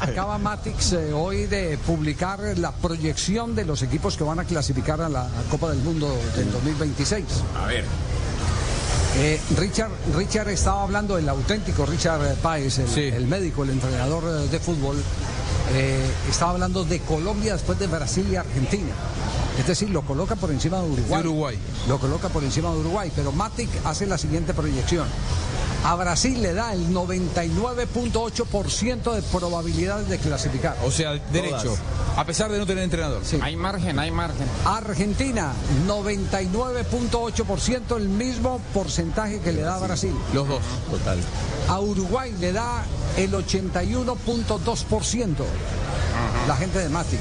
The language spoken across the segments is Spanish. acaba Matix eh, hoy de publicar la proyección de los equipos que van a clasificar a la Copa del Mundo del 2026. A ver. Eh, Richard, Richard estaba hablando, el auténtico Richard Páez, el, Sí. el médico, el entrenador eh, de fútbol, eh, estaba hablando de Colombia después de Brasil y Argentina. Es decir, lo coloca por encima de Uruguay. De Uruguay. Lo coloca por encima de Uruguay, pero Matic hace la siguiente proyección. A Brasil le da el 99.8% de probabilidades de clasificar. O sea, derecho. A pesar de no tener entrenador. Sí. Hay margen, hay margen. Argentina, 99.8%, el mismo porcentaje que le da a Brasil. Los dos. Total. A Uruguay le da el 81.2%, la gente de Matix.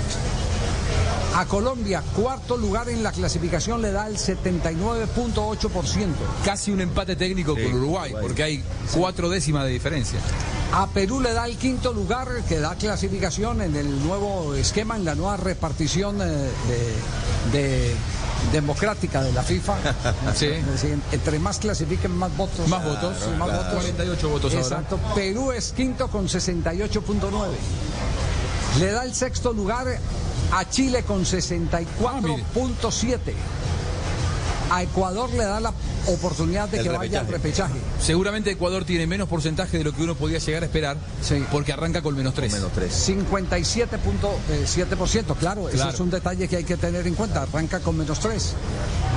A Colombia, cuarto lugar en la clasificación, le da el 79.8%. Casi un empate técnico con Uruguay, porque hay cuatro décimas de diferencia. A Perú le da el quinto lugar, que da clasificación en el nuevo esquema, en la nueva repartición eh, de- de- democrática de la FIFA. Sí. Es decir, entre más clasifiquen, más votos. Más votos. Sí, más Claro. votos. 48 votos ahora. Exacto. Perú es quinto con 68.9. Le da el sexto lugar a Chile con 64.7. A Ecuador le da la oportunidad de El que vaya al repechaje. Seguramente Ecuador tiene menos porcentaje de lo que uno podía llegar a esperar, Sí. porque arranca con menos tres. Menos tres. eh, 57.7%, claro, eso Claro. es un detalle que hay que tener en cuenta, arranca con menos 3.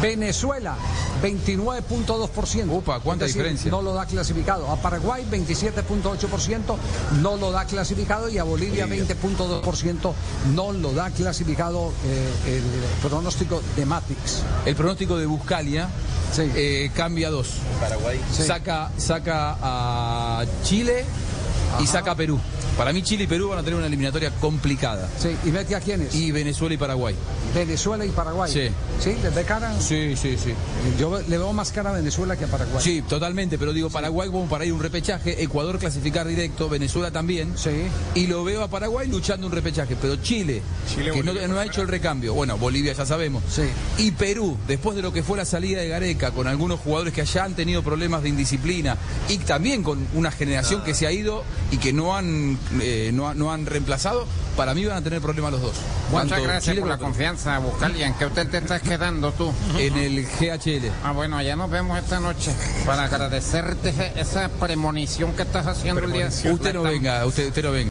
Venezuela, 29.2%. Upa, cuánta Es decir, diferencia. No lo da clasificado. A Paraguay, 27.8%, no lo da clasificado. Y a Bolivia, 20.2%, no lo da clasificado eh, el pronóstico de Matix. El pronóstico de Buscalia Sí. eh, cambia dos. Paraguay. Sí. Saca, saca a Chile y saca a Perú. Para mí Chile y Perú van a tener una eliminatoria complicada. Sí, y mete a quiénes? Y Venezuela y Paraguay. Venezuela y Paraguay. Sí. ¿Sí? ¿Les ve cara? Sí, sí, sí. Yo le veo más cara a Venezuela que a Paraguay. Sí, totalmente, pero digo, Paraguay como para ir a un repechaje, Ecuador clasificar directo, Venezuela también. Sí. Y lo veo a Paraguay luchando un repechaje, pero Chile, Chile, que no, Bolivia, no ha hecho el recambio, bueno, Bolivia ya sabemos. Sí. Y Perú, después de lo que fue la salida de Gareca, con algunos jugadores que allá han tenido problemas de indisciplina, y también con una generación que se ha ido y que no han, eh, no, ha- no han reemplazado, para mí van a tener problemas los dos. Muchas Tanto gracias Chile por la como Perú. confianza, Buscalia. ¿En qué hotel te estás quedando tú? En el GHL. Ah, bueno, ya nos vemos esta noche para agradecerte esa premonición que estás haciendo el día. Usted no venga, usted, usted no venga.